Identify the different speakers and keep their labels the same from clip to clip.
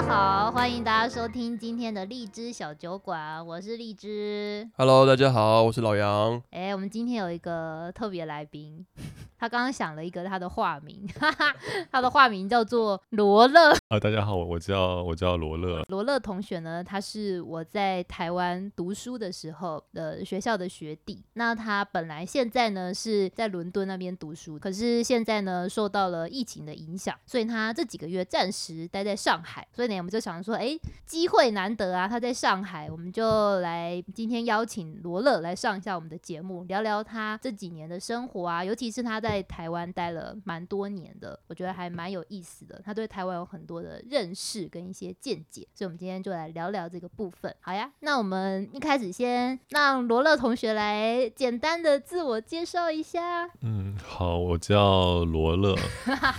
Speaker 1: 欢迎大家收听今天的荔枝小酒馆，我是荔枝。
Speaker 2: Hello，大家好，我是老杨。
Speaker 1: 哎，我们今天有一个特别来宾， 他刚刚想了一个他的化名， 哈哈，他的化名叫做罗勒。
Speaker 3: 啊，大家好，我叫我叫罗乐，
Speaker 1: 罗乐同学呢，他是我在台湾读书的时候的学校的学弟。那他本来现在呢是在伦敦那边读书，可是现在呢受到了疫情的影响，所以他这几个月暂时待在上海。所以呢，我们就想说，哎，机会难得啊，他在上海，我们就来今天邀请罗乐来上一下我们的节目，聊聊他这几年的生活啊，尤其是他在台湾待了蛮多年的，我觉得还蛮有意思的。他对台湾有很多的认识跟一些见解，所以我们今天就来聊聊这个部分。好呀，那我们一开始先让罗乐同学来简单的自我介绍一下。
Speaker 3: 嗯，好，我叫罗 乐，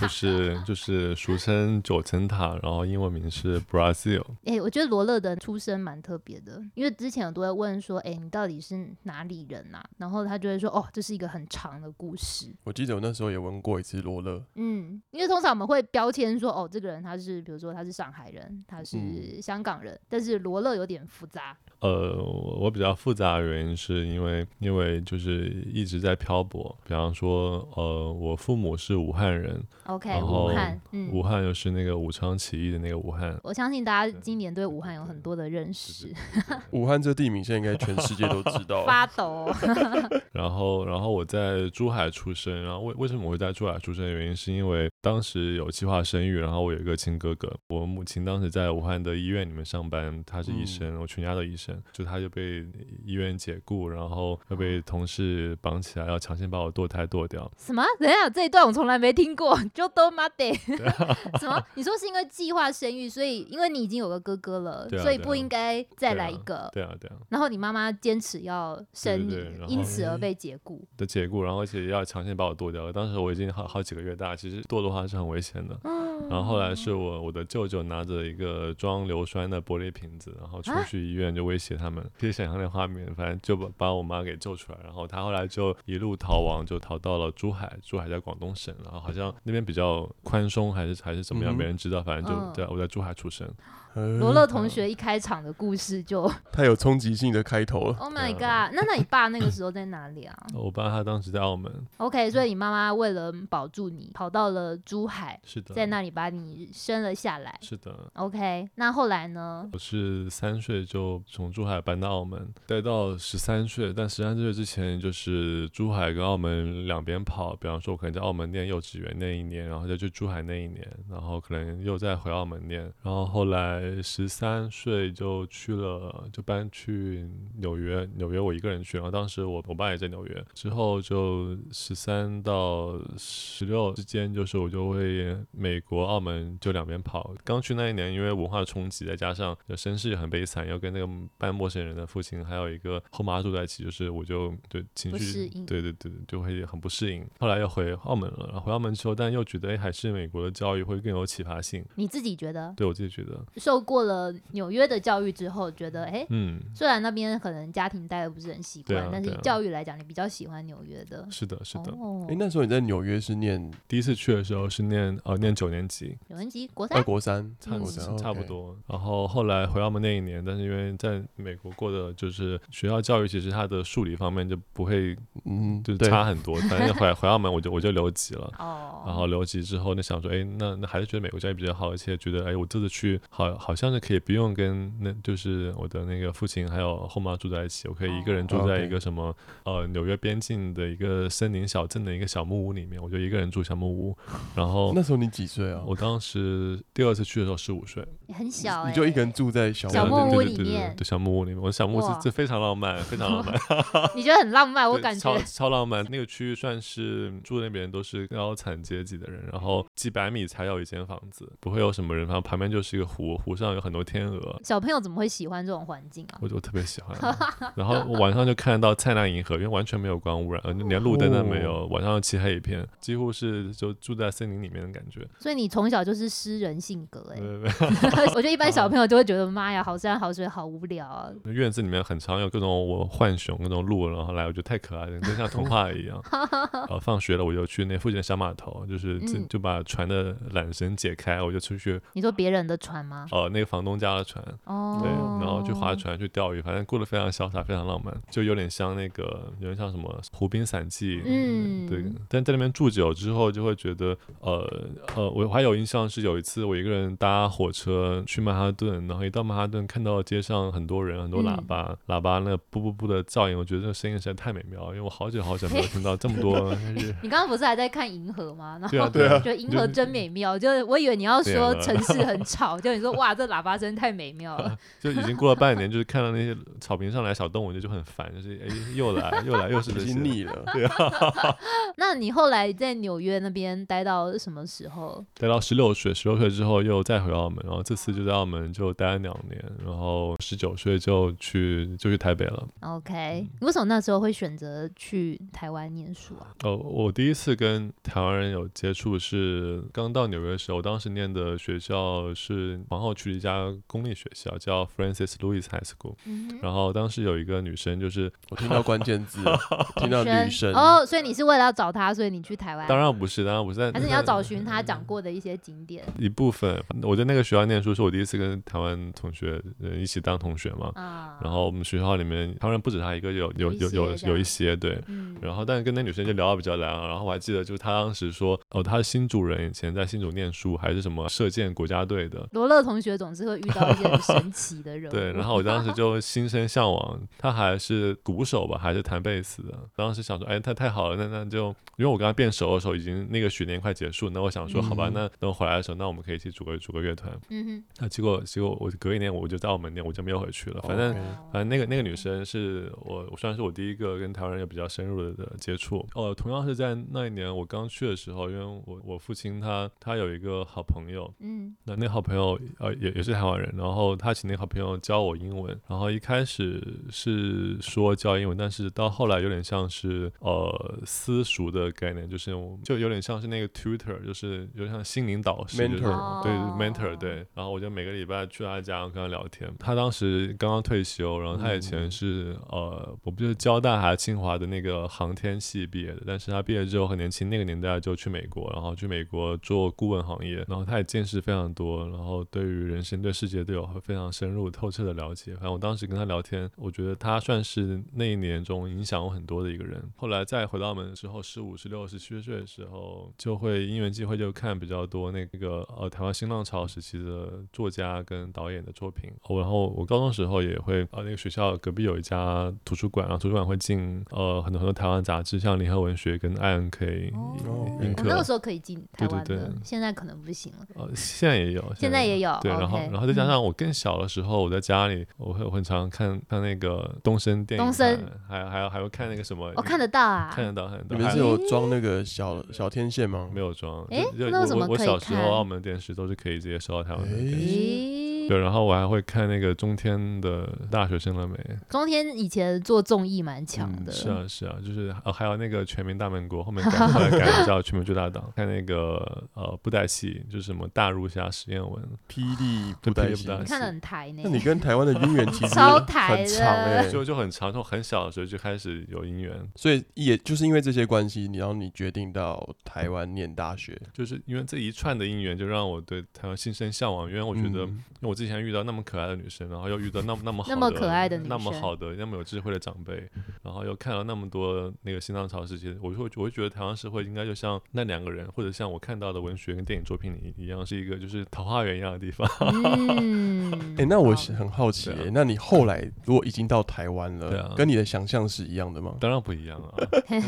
Speaker 3: 就是就是俗称九层塔，然后英文名是 Brazil，
Speaker 1: 诶，我觉得罗乐的出身蛮特别的，因为之前有都在问说，诶，你到底是哪里人啊？然后他就会说，哦，这是一个很长的故事。
Speaker 2: 我记得我那时候也问过一次罗勒，
Speaker 1: 嗯，因为通常我们会标签说，哦，这个人他是，比如说他是上海人，他是
Speaker 2: 嗯
Speaker 1: 香港人，但是罗勒有点复杂。
Speaker 3: 呃，我我比较复杂的原因是因为因为就是一直在漂泊，比方说呃，我父母是武汉人，
Speaker 1: OK，
Speaker 3: 然
Speaker 1: 武
Speaker 3: 后
Speaker 1: 汉，嗯，
Speaker 3: 武汉又是那个武昌起义的那个武汉，
Speaker 1: 我相信大家今年对哦武汉有很多的认识，
Speaker 2: 武汉这地名现在应该全世界都 知道了。
Speaker 1: 发抖。哦
Speaker 3: 然后，然后我在珠海出生，然后为为什么我会在珠海出生的原因，是因为当时有计划生育，然后我有一个亲哥哥，我母亲当时在武汉的医院里面上班，她是医生，我全家都医生，就她就被医院解雇，然后又被同事绑起来，要强行把我堕胎堕掉，
Speaker 1: 什么？ 等一下，这一段我从来没听 过。就都妈的，
Speaker 3: 啊
Speaker 1: 什么？你说是因为计划生育，所以因为你已经有个哥哥了，
Speaker 3: 对啊
Speaker 1: 所以
Speaker 3: 对
Speaker 1: 不
Speaker 3: 啊
Speaker 1: 应该再
Speaker 3: 对
Speaker 1: 来
Speaker 3: 啊
Speaker 1: 一个。
Speaker 3: 对啊对啊
Speaker 1: 然后你妈妈坚持要生你，
Speaker 3: 对然后
Speaker 1: 因此而被解雇。
Speaker 3: 的解雇，然后而且要强行把我堕掉，当时我已经好好几个月大，其实堕的话是很危险的。
Speaker 1: 嗯，
Speaker 3: 然后后来是我我的舅舅拿着一个装硫酸的玻璃瓶子，然后冲
Speaker 1: 啊
Speaker 3: 去医院就威胁他们，可以想象那画面，反正就把把我妈给救出来。然后他后来就一路逃亡，就逃到了珠海，珠海在广东省，然后好像那边比较宽松，还是还是怎么样，
Speaker 2: 嗯哼
Speaker 3: 没人知道。反正就
Speaker 1: 嗯
Speaker 3: 在我在珠海出生，
Speaker 1: 罗乐
Speaker 2: 呃，
Speaker 1: 同学一开场的故事就
Speaker 2: 太有冲击性的开头了。
Speaker 1: Oh my
Speaker 3: 对啊
Speaker 1: god！那那你爸那个时候在哪里 啊
Speaker 3: 我爸他当时在澳门，
Speaker 1: ？OK，所以你妈妈为了保住你，跑到了珠海，
Speaker 3: 是的，
Speaker 1: 在那里把你生了下来。
Speaker 3: 是的。
Speaker 1: OK，那后来呢？
Speaker 3: 我是三岁就从珠海搬到澳门，待到十三岁。但十三岁之前，就是珠海跟澳门两边跑。比方说，我可能在澳门念幼稚园那一年，然后再去珠海那一年，然后可能又再回澳门念。然后后来十三岁就去了，就搬去纽约。纽约我一个人去，然后当时我我爸也在纽约。之后就十三到十六之间，就是我就会美国、澳门就两边跑。刚去那一年，因为文化冲击，再加上就身世也很悲惨，要跟那个半陌生人的父亲还有一个后妈住在一起，就是我就对情
Speaker 1: 不适
Speaker 3: 绪
Speaker 1: 应
Speaker 3: 对对对就会很不适应。后来又回澳门了，然后回澳门之后，但又觉得哎，还是美国的教育会更有启发性。
Speaker 1: 你自己觉得
Speaker 3: 对我自己觉得，
Speaker 1: 受过了纽约的教育之后，觉得诶，
Speaker 3: 嗯，
Speaker 1: 虽然那边可能家庭待的不是很习惯，
Speaker 3: 对啊
Speaker 1: 但是
Speaker 3: 对啊
Speaker 1: 教育来讲，你比较喜欢纽约的。
Speaker 3: 是的，是的。
Speaker 1: 哦
Speaker 2: 哎、，那时候你在纽约是念
Speaker 3: 第一次去的时候是念呃念九年级，
Speaker 1: 有人级国
Speaker 2: 二
Speaker 1: 三
Speaker 2: 国三，
Speaker 3: 差
Speaker 1: 嗯
Speaker 3: 不
Speaker 2: 国
Speaker 3: 多
Speaker 2: 三
Speaker 3: 差不。
Speaker 2: OK
Speaker 3: 多。然后后来回澳门那一年，但是因为在美国过的就是学校教育，其实它的数理方面就不会
Speaker 2: 嗯，
Speaker 3: 就
Speaker 2: 对，
Speaker 3: 是差很多。反正回回澳门我就我就留级了。
Speaker 1: 哦，
Speaker 3: 啊然后留级之后，那想说，哎，那那还是觉得美国教育比较好，而且觉得，哎，我这次去好好像是可以不用跟那就是我的那个父亲还有后妈住在一起，我可以一个人
Speaker 2: 哦
Speaker 3: 住在一
Speaker 2: ，OK
Speaker 3: 个什么、呃纽约边境的一个森林小镇的一个小木屋里面，我就一个人住小木屋。然后
Speaker 2: 那时候你几岁啊？
Speaker 3: 我当时第二次去的时候十五岁，
Speaker 1: 很小、欸诶，
Speaker 2: 你就一个人住在小
Speaker 1: 小
Speaker 2: 屋
Speaker 1: 木屋
Speaker 3: 对
Speaker 1: 里
Speaker 3: 对对对
Speaker 1: 面
Speaker 3: 对小木屋里面，我的小木屋是
Speaker 1: 哇
Speaker 3: 这非常浪漫，非常浪 漫，
Speaker 1: 你觉得很浪漫，我
Speaker 3: 对
Speaker 1: 感觉
Speaker 3: 超超浪漫。那个区域算是住那边都是高产阶级的人，然后几百米才有一间房子，不会有什么人，然后旁边就是一个湖，湖上有很多天鹅。
Speaker 1: 小朋友怎么会喜欢这种环境啊？
Speaker 3: 我我特别喜欢， 然后我晚上就看得到灿烂银河，因为完全没有光污染，呃连路灯都没有，
Speaker 1: 哦
Speaker 3: 晚上漆黑一片，几乎是就住在森林里面的感觉。
Speaker 1: 所以你从小就是诗人性格、诶。
Speaker 3: 对啊
Speaker 1: 我觉得一般小朋友就会觉得妈呀，好山好水好无聊啊。
Speaker 3: 院子里面很常有各种我浣熊各种鹿，然后来我觉得太可爱了，就像童话一样。然后放学了我就去那附近的小码头，就是自
Speaker 1: 嗯
Speaker 3: 就把船的缆绳解开，我就出去
Speaker 1: 你说别人的船吗？
Speaker 3: 哦、呃那个房东家的船，
Speaker 1: 啊哦，
Speaker 3: 对，然后去划船、去钓鱼，反正过得非常潇洒、非常浪漫，就有点像那个，有点像什么《湖边散记》。
Speaker 1: 嗯
Speaker 3: 对。但在那边住久之后，就会觉得，呃呃，我还有印象是有一次我一个人搭火车去曼哈顿，然后一到曼哈顿看到街上很多人、很多喇
Speaker 1: 嗯
Speaker 3: 叭，喇叭那不不不的噪音，我觉得这个声音实在太美妙了，因为我好久好久没有听到这么多 日。
Speaker 1: 你刚刚不是还在看银河吗？然
Speaker 3: 对啊，
Speaker 1: 后。
Speaker 3: 对啊，
Speaker 1: 就银河真美妙，就是我以为你要
Speaker 3: 对
Speaker 1: 说
Speaker 3: 啊
Speaker 1: 城市很吵，就你说哇，这喇叭声太美妙了。
Speaker 3: 就已经过了半年，就是看到那些草坪上来小动物，就就很烦，就是哎又来又来又是这
Speaker 2: 已
Speaker 3: 些
Speaker 2: 经腻了。
Speaker 1: 那你后来在纽约那边待到什么时候？
Speaker 3: 待到十六岁，十六岁之后又再回澳门，然后这次就在澳门就待了两年，然后十九岁就去就去台北了。嗯
Speaker 1: OK，你为什么那时候会选择去台湾念书啊？
Speaker 3: 哦，我第一次跟台湾人有接触是刚到纽约的时候，我当时念的学校是皇后区的一家公立学校，叫 Francis Louis High School。
Speaker 1: 嗯
Speaker 3: 然后当时有一个女生，就是
Speaker 2: 我听到关键字，听到女生，
Speaker 1: 哦，所以你是为了要找他，所以你去台湾？
Speaker 3: 当然嗯不是，当然不是，但
Speaker 1: 还是你要找寻他讲过的一些景点
Speaker 3: 一部分。我在那个学校念书，是我第一次跟台湾同学呃一起当同学嘛。
Speaker 1: 啊？
Speaker 3: 然后我们学校里面，当然不止她一个，有有有
Speaker 1: 有一些
Speaker 3: 有
Speaker 1: 这样
Speaker 3: 有一些对。
Speaker 1: 嗯，
Speaker 3: 然后，但是跟那女生就聊得比较来啊。然后我还记得，就是她当时说，哦，她是新主人，以前在新竹念书，还是什么射箭国家队的。
Speaker 1: 罗乐同学总是会遇到一些很神奇的人物。
Speaker 3: 对，然后我当时就心生向往。她还是鼓手吧，还是弹贝斯的。当时想说，哎，太太好了，那那就，因为我跟她变熟的时候，已经那个学年快结束，那我想说，好吧，
Speaker 2: 嗯
Speaker 3: 那等我回来的时候，那我们可以一起组个组个乐团。
Speaker 1: 嗯
Speaker 3: 那、结果结果我隔一年我就在澳门念，我就没有回去了。反正
Speaker 1: 哼，
Speaker 3: 反正那个那个女生是我，我算是我第一个跟台湾人有比较深入的接触。哦，同样是在那一年我刚去的时候，因为我我父亲他他有一个好朋友，
Speaker 1: 嗯
Speaker 3: 那那好朋友呃也也是台湾人，然后他请那个好朋友教我英文，然后一开始是说教英文，但是到后来有点像是呃私塾的概念，就是我就有点像是那个 tutor，就是有点像心灵导师
Speaker 2: Mentor
Speaker 1: 哦
Speaker 3: 对，mentor 对。然后我就每个礼拜去他家跟他聊天。他当时刚刚退休，然后他以前是、呃，我不就是交大还是清华的那个航天系毕业的，但是他毕业之后很年轻，那个年代就去美国，然后去美国做顾问行业，然后他也见识非常多，然后对于人生、对世界都有非常深入透彻的了解。反正我当时跟他聊天，我觉得他算是那一年中影响我很多的一个人。后来再回到澳门之后，十五、十六、十七岁的时候，就会因缘际会就看比较多那个呃台湾新浪潮时期的作家跟导演的作品。哦、然后我高中时候也会呃那个学校隔壁有一家图书馆，然后图书馆会进呃很多很多台湾杂志，像联合文学跟 INK
Speaker 1: 哦
Speaker 3: 映
Speaker 1: 我那
Speaker 3: 客
Speaker 1: 个。时候可以进台湾
Speaker 3: 嗯对
Speaker 1: 的
Speaker 3: 对对，
Speaker 1: 现在可能不行了。
Speaker 3: 呃，现在也有，
Speaker 1: 现在也有哦
Speaker 3: 对，然后
Speaker 1: OK 嗯
Speaker 3: 然后再加上我更小的时候，我在家里，我会我很常看看那个东森电影
Speaker 1: 东
Speaker 3: 台，
Speaker 1: 森
Speaker 3: 还还有还会看那个什么，
Speaker 1: 我看得到啊，
Speaker 3: 看得到看得
Speaker 2: 你
Speaker 3: 到，
Speaker 2: 们
Speaker 3: 还
Speaker 2: 是有装那个小小天线吗？
Speaker 3: 没有装？
Speaker 1: 诶
Speaker 3: 就就
Speaker 1: 那为什么
Speaker 3: 我我
Speaker 1: 可以
Speaker 3: 小时
Speaker 1: 看
Speaker 3: 候澳门电视都是可以直接收到台湾的电视。
Speaker 1: 咦，
Speaker 3: 对，然后我还会看那个中天的《大学生了没》，
Speaker 1: 中天以前做综艺蛮强
Speaker 2: 嗯
Speaker 1: 的，
Speaker 3: 是啊是啊，就是呃还有那个《全民大闷锅》，后面改后来改名叫《全民最大党》，看那个呃布袋戏，就是什么大儒侠实验文，
Speaker 2: 霹雳
Speaker 3: 对
Speaker 2: 不
Speaker 3: 霹雳
Speaker 2: 带
Speaker 3: 布袋
Speaker 1: 你
Speaker 3: 戏
Speaker 1: 看得很台呢
Speaker 2: 那。你跟台湾的渊源其 实
Speaker 1: 超
Speaker 2: 很
Speaker 1: 台的
Speaker 2: 长哎、
Speaker 3: 就就很长，从很小的时候就开始有姻缘，
Speaker 2: 所以也就是因为这些关系，你让你决定到台湾念大学。
Speaker 3: 就是因为这一串的姻缘，就让我对台湾心生向往。因为我
Speaker 2: 我
Speaker 3: 觉得，
Speaker 1: 嗯
Speaker 3: 因为我之前遇到那么可爱的女生，然后又遇到 那么那么好
Speaker 1: 那么可爱的女
Speaker 3: 那么
Speaker 1: 生
Speaker 3: 好的、那么有智慧的长辈，然后又看到那么多那个新浪潮时期，我就会我会觉得台湾社会应该就像那两个人，或者像我看到的文学跟电影作品里一样，是一个就是桃花源一样的地方。
Speaker 1: 嗯
Speaker 2: 哎、，那我
Speaker 1: 好
Speaker 2: 是很好奇、
Speaker 3: 对啊
Speaker 2: 欸，那你后来如果已经到台湾
Speaker 3: 对
Speaker 2: 了，
Speaker 3: 啊
Speaker 2: 跟你的想象是一样的吗？
Speaker 3: 当然不 一样啊，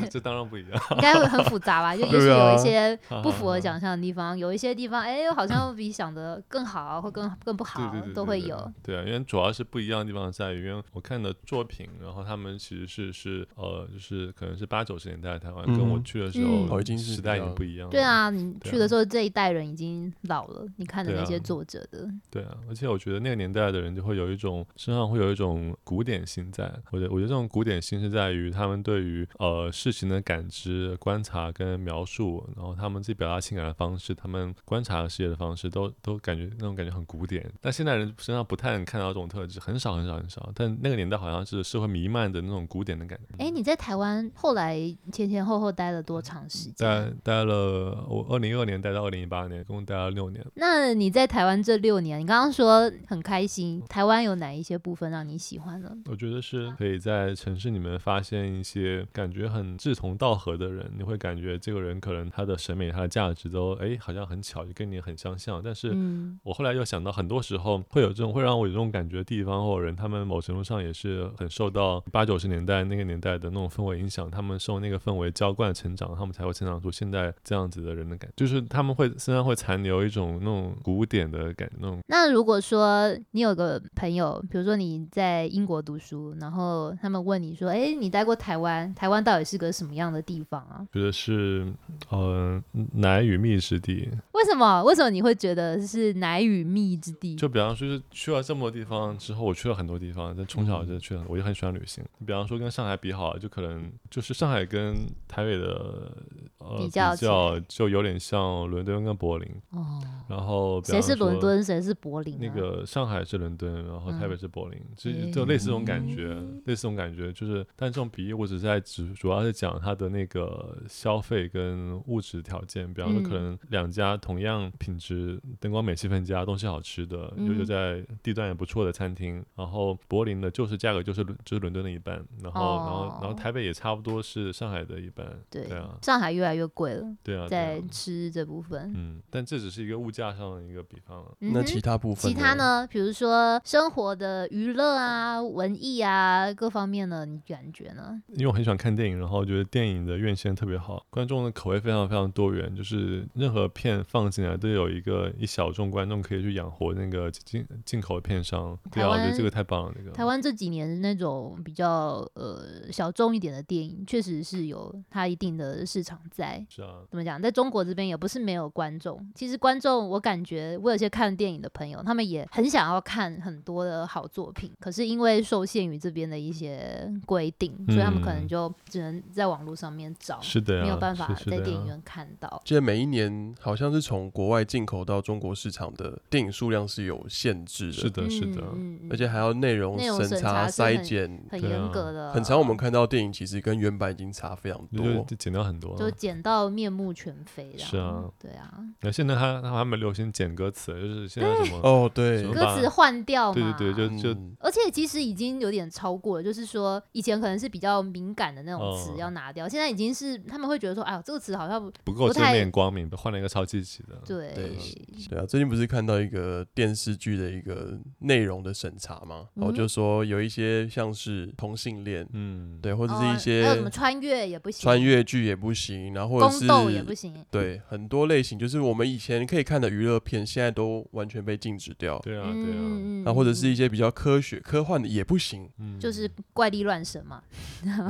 Speaker 3: 这当然不一样。
Speaker 1: 应该会很复杂 吧？就也许
Speaker 2: 对啊
Speaker 1: 有一些 不符
Speaker 3: 嗯
Speaker 1: 合想象的地方，有一些地方，哎，好像比想的更好，啊或更更不
Speaker 3: 对
Speaker 1: 好
Speaker 3: 对对，
Speaker 1: 都
Speaker 3: 对
Speaker 1: 会
Speaker 3: 对
Speaker 1: 有。
Speaker 3: 对啊，因为主要是不一样的地方在于，因为我看的作品，然后他们其实是是呃，就是可能是八九十年代的台湾，跟我
Speaker 2: 嗯
Speaker 3: 去的时候，
Speaker 2: 哦已经是
Speaker 3: 时
Speaker 2: 比
Speaker 3: 代已经
Speaker 2: 较
Speaker 3: 不一样了。
Speaker 1: 对，啊，你
Speaker 3: 对啊
Speaker 1: 去的时候这一代人已经老了，你看的
Speaker 3: 对
Speaker 1: 那
Speaker 3: 啊
Speaker 1: 些作者的，
Speaker 3: 对啊，而且我觉得那个年代的人就会有一种身上会有一种古典心在。我觉得我觉得这种古典心是在于他们对于呃事情的感知、观察跟描述，然后他们自己表达情感的方式，他们观察世界的方式，都都感觉那种感觉很古典。但但现代人身上不太能看到这种特质，很少很少很少。但那个年代好像是社会弥漫的那种古典的感觉。
Speaker 1: 哎、你在台湾后来前前后后待了多长时间啊？
Speaker 3: 待待了我二零一二年待到二零一八年，共待了六年。
Speaker 1: 那你在台湾这六年，你刚刚说很开
Speaker 3: 嗯
Speaker 1: 心，台湾有哪一些部分让你喜欢呢？
Speaker 3: 我觉得是可以在城市里面发现一些感觉很志同道合的人，你会感觉这个人可能他的审美、他的价值都哎好像很巧，就跟你很相像。但是
Speaker 1: 嗯，
Speaker 3: 我后来又想到，很多时候会有这种会让我有这种感觉的地方或人，他们某程度上也是很受到八九十年代那个年代的那种氛围影响，他们受那个氛围浇灌成长，他们才会成长出现在这样子的人的感觉，就是他们会身上会残留一种那种古典的感，那种
Speaker 1: 那如果说你有个朋友，比如说你在英国读书，然后他们问你说：“哎、你待过台湾，台湾到底是个什么样的地方啊？
Speaker 3: 觉得是呃奶与蜜之地。
Speaker 1: 为什么？为什么你会觉得是奶与蜜之地？”
Speaker 3: 就比方说，就是去了这么多地方之后，我去了很多地方，但从小就
Speaker 1: 嗯
Speaker 3: 去了，我就很喜欢旅行。比方说跟上海比好，就可能就是上海跟台北的呃
Speaker 1: 比较起来
Speaker 3: 就有点像伦敦跟柏林。
Speaker 1: 哦，
Speaker 3: 然后比
Speaker 1: 谁
Speaker 3: 方
Speaker 1: 是伦
Speaker 3: 说
Speaker 1: 敦，谁是柏林、啊？
Speaker 3: 那个上海是伦敦，然后台北
Speaker 1: 嗯
Speaker 3: 是柏林，就就类似这种感觉，类似这种感觉，就是，但这种比喻我只是在只主要是讲它的那个消费跟物质条件，比方说
Speaker 1: 嗯
Speaker 3: 可能两家同样品质，灯光美气氛佳，东西好吃的，又又
Speaker 1: 嗯
Speaker 3: 在地段也不错的餐厅，然后柏林的就是价格就是伦就是伦敦的一半，然后然后然后
Speaker 1: 哦
Speaker 3: 台北也差不多是上海的一半，
Speaker 1: 对
Speaker 3: 对啊
Speaker 1: 上海越来越贵了，
Speaker 3: 对啊，对
Speaker 1: 在
Speaker 3: 啊
Speaker 1: 吃这部分。
Speaker 3: 嗯，但这只是一个物价上的一个比方啊。
Speaker 1: 嗯
Speaker 2: 那
Speaker 1: 哼
Speaker 2: 其他部分，
Speaker 1: 其他？呢？比如说生活的娱乐啊、文艺啊各方面呢，你感觉呢？
Speaker 3: 因为我很喜欢看电影，然后觉得电影的院线特别好，观众的口味非常非常多元，就是任何片放进来都有一个一小众观众可以去养活那个进进口的片商。对
Speaker 1: 台
Speaker 3: 啊，我
Speaker 1: 湾
Speaker 3: 觉得这个太棒了，那个
Speaker 1: 台湾这几年那种比较呃小众一点的电影，确实是有它一定的市场在。
Speaker 3: 是啊，
Speaker 1: 怎么讲，在中国这边也不是没有观众。其实观众，我感觉我有些看电影的朋友，他们也很想要看很多的好作品，可是因为受限于这边的一些规定，所以他们可能
Speaker 3: 嗯
Speaker 1: 就只能在网络上面找，
Speaker 3: 是的呀、
Speaker 1: 没有办法
Speaker 3: 是是
Speaker 1: 在
Speaker 3: 的啊
Speaker 1: 电影
Speaker 3: 呀
Speaker 1: 院看到。
Speaker 2: 记得每一年好像是从国外进口到中国市场的电影数量是有限制的，
Speaker 3: 是的，是的，
Speaker 1: 嗯嗯嗯
Speaker 2: 而且还要内容
Speaker 1: 内容
Speaker 2: 审
Speaker 1: 审查是
Speaker 2: 筛
Speaker 1: 很呃
Speaker 2: 检。
Speaker 1: 很
Speaker 3: 对
Speaker 1: 严
Speaker 3: 啊
Speaker 1: 格的，
Speaker 2: 很常我们看到电影其实跟原版已经差非常
Speaker 3: 就
Speaker 2: 多，
Speaker 3: 就就减掉很多
Speaker 1: 就
Speaker 3: 了。
Speaker 1: 剪到面目全非这样。
Speaker 3: 是啊，
Speaker 1: 对啊，
Speaker 3: 那现在还还蛮流行剪歌词，就是现在什么。
Speaker 2: 哦，对
Speaker 3: 什么
Speaker 1: 歌词换掉
Speaker 3: 对
Speaker 1: 嘛。
Speaker 3: 对对，就就
Speaker 2: 嗯
Speaker 1: 而且其实已经有点超过了，就是说以前可能是比较敏感的那种
Speaker 3: 哦
Speaker 2: 嗯
Speaker 1: 词要拿掉，现在已经是他们会觉得说，哎呦，这个词好像不
Speaker 3: 不够
Speaker 1: 不
Speaker 3: 正
Speaker 1: 太
Speaker 3: 面光明，换了一个超积极的。
Speaker 1: 对。
Speaker 2: 对对啊，最近不是看到一个电视剧的一个内容的审查吗？然后
Speaker 1: 嗯
Speaker 2: 就说有一些像是同性恋，
Speaker 3: 嗯，
Speaker 2: 对，或者
Speaker 1: 哦
Speaker 2: 是一
Speaker 1: 还有什么
Speaker 2: 些
Speaker 1: 穿越也不行，
Speaker 2: 穿越剧也不行，然后或者
Speaker 1: 宫
Speaker 2: 是
Speaker 1: 斗也不行，
Speaker 2: 对很多类型，就是我们以前可以看的娱乐片，现在都完全被禁止掉。
Speaker 3: 对啊，对啊，
Speaker 1: 嗯嗯嗯
Speaker 2: 那或者是
Speaker 1: 嗯
Speaker 2: 一些比较科学、科幻的也 不行。
Speaker 3: 嗯，
Speaker 1: 就是怪力乱神嘛。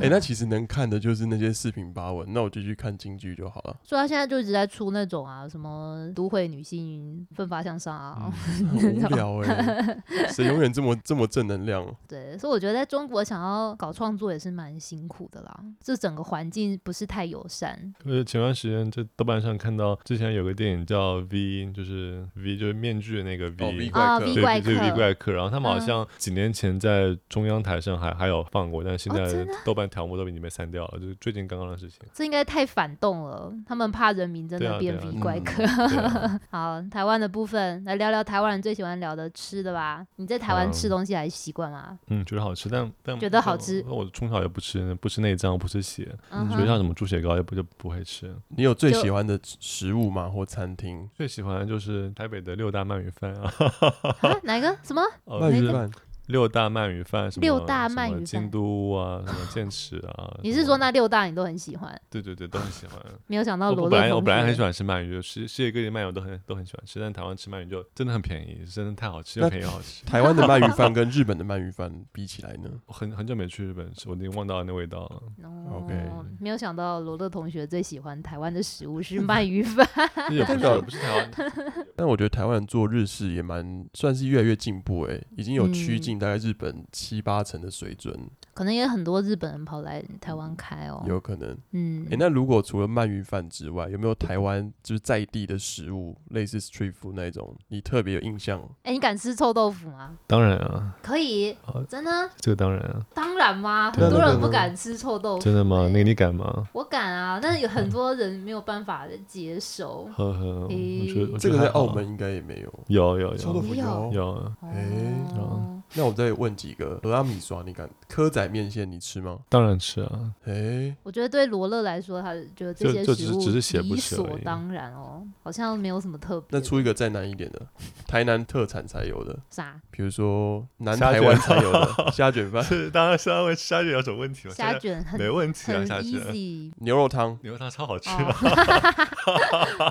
Speaker 2: 哎、那其实能看的就是那些四平八稳，那我就去看京剧就好 了。
Speaker 1: 所以他现在就一直在出那种啊，什么都会女性奋发向上啊，
Speaker 2: 很无聊哎、谁永远这么这么正能量啊？
Speaker 1: 对，所以我觉得在中国想要搞创作也是蛮辛苦的啦，这整个环境不是太友善。
Speaker 3: 就是前段时间在豆瓣上看到，之前有个电影叫《V》，就是 V 就是面具的那个 V，,、
Speaker 2: 哦，V 怪
Speaker 1: 啊
Speaker 2: 客
Speaker 1: ，V
Speaker 3: 对
Speaker 1: 怪
Speaker 3: 对
Speaker 1: 客
Speaker 3: V 怪客。然后他们好
Speaker 1: 嗯
Speaker 3: 像几年前在中央台上还还有放过，但是现
Speaker 1: 哦真
Speaker 3: 在
Speaker 1: 的
Speaker 3: 豆瓣条目都已经被删掉了，就是最近刚刚的事 情。
Speaker 1: 这应该太反动了，他们怕人民真
Speaker 3: 对
Speaker 1: 的
Speaker 3: 啊
Speaker 1: 变
Speaker 3: 对啊
Speaker 1: V 怪客。
Speaker 3: 对啊
Speaker 1: 好，台湾的部分来聊聊台湾人最喜欢聊的吃的吧。你在台湾
Speaker 3: 嗯
Speaker 1: 吃东西还习惯吗？
Speaker 3: 嗯，觉得好吃，但但
Speaker 1: 觉得好吃
Speaker 3: 但我从小也不吃，不吃内脏，不吃血，
Speaker 1: 嗯
Speaker 3: 所以
Speaker 1: 哼，
Speaker 3: 像什么猪血糕也不就不会吃。
Speaker 2: 你有最
Speaker 1: 就
Speaker 2: 喜欢的食物吗？或餐厅？
Speaker 3: 最喜欢的就是台北的六大鳗鱼饭 啊，
Speaker 1: 啊哪一个？什 么？
Speaker 3: 哦
Speaker 2: 鳗
Speaker 3: 就
Speaker 2: 鱼
Speaker 3: 是
Speaker 2: 饭
Speaker 3: 六大鳗鱼饭，什么
Speaker 1: 六大
Speaker 3: 什么
Speaker 1: 鳗鱼饭
Speaker 3: 京都啊，什么剑齿
Speaker 1: ，
Speaker 3: 啊
Speaker 1: 你
Speaker 3: 什
Speaker 1: 是
Speaker 3: 么
Speaker 1: 说那六大你都很喜欢？
Speaker 3: 对对对，都很喜欢。
Speaker 1: 没有想到
Speaker 3: 我
Speaker 1: 啊罗
Speaker 3: 我
Speaker 1: 勒
Speaker 3: 本来
Speaker 1: 同
Speaker 3: 我本来很喜
Speaker 1: 学
Speaker 3: 欢吃鳗鱼，世世界各地鳗鱼我都很都很喜欢吃，但台湾吃鳗鱼就真的很便宜，真的太好吃，又
Speaker 2: 那
Speaker 3: 便宜又好吃。
Speaker 2: 台湾的鳗鱼饭跟日本的鳗鱼饭比起来呢？
Speaker 3: 我很很久没去日本吃，我已经忘到那味道 了。
Speaker 1: 哦
Speaker 2: OK，
Speaker 1: 没有想到罗勒同学最喜欢台湾的食物是鳗鱼饭。
Speaker 3: 也不是
Speaker 2: 真的
Speaker 3: 也不是台湾，
Speaker 2: 但我觉得台湾人做日式也蛮算是越来越进步诶、已经有趋
Speaker 1: 嗯
Speaker 2: 近大概日本七八成的水准，
Speaker 1: 可能也很多日本人跑来台湾开哦。
Speaker 2: 有可能。
Speaker 1: 嗯
Speaker 2: 诶，，那如果除了鳗鱼饭之外，有没有台湾就是在地的食物，类似 street food 那一种，你特别有印象？
Speaker 1: 哎，你敢吃臭豆腐吗？
Speaker 3: 当然啊，
Speaker 1: 可以
Speaker 3: 好，
Speaker 1: 真的？
Speaker 3: 这个当然啊，
Speaker 1: 当然吗？
Speaker 3: 对
Speaker 1: 很多
Speaker 3: 对啊
Speaker 1: 人
Speaker 3: 对
Speaker 1: 不
Speaker 3: 对
Speaker 1: 敢吃臭豆腐，
Speaker 3: 真的吗？那个你敢吗？
Speaker 1: 我敢啊，但是有很多人没有办法接受。
Speaker 3: 呵呵，我觉得
Speaker 1: 咦
Speaker 3: 我觉得
Speaker 2: 这个在
Speaker 3: 还好
Speaker 2: 澳门应该也没有。
Speaker 3: 有有
Speaker 2: 臭豆
Speaker 3: 有
Speaker 2: 腐
Speaker 1: 没有
Speaker 2: 有。
Speaker 3: 有啊，
Speaker 2: 诶
Speaker 1: 哦，
Speaker 2: 那我再问几个俄阿米刷，你敢蚵仔面线你吃吗？
Speaker 3: 当然吃 啊，
Speaker 2: 诶，
Speaker 1: 我觉得对罗勒来说，他觉得这
Speaker 3: 就
Speaker 1: 些
Speaker 3: 就
Speaker 1: 食
Speaker 3: 只是
Speaker 1: 物
Speaker 3: 只是写不
Speaker 1: 理
Speaker 3: 起而
Speaker 1: 所
Speaker 3: 已
Speaker 1: 当然哦，好像没有什么特别
Speaker 2: 那
Speaker 1: 的。
Speaker 2: 出一个再难一点的，台南特产才有的，
Speaker 1: 啥？
Speaker 2: 比如说南
Speaker 3: 虾
Speaker 2: 台
Speaker 3: 卷
Speaker 2: 湾才 有的虾卷饭、
Speaker 3: 是当然虾味虾卷有什么问题吗？
Speaker 1: 虾卷很
Speaker 3: 没问题啊，
Speaker 1: 很
Speaker 3: 虾卷
Speaker 1: easy。
Speaker 2: 牛肉汤。
Speaker 3: 牛肉汤超好吃
Speaker 1: 哦
Speaker 3: 啊，，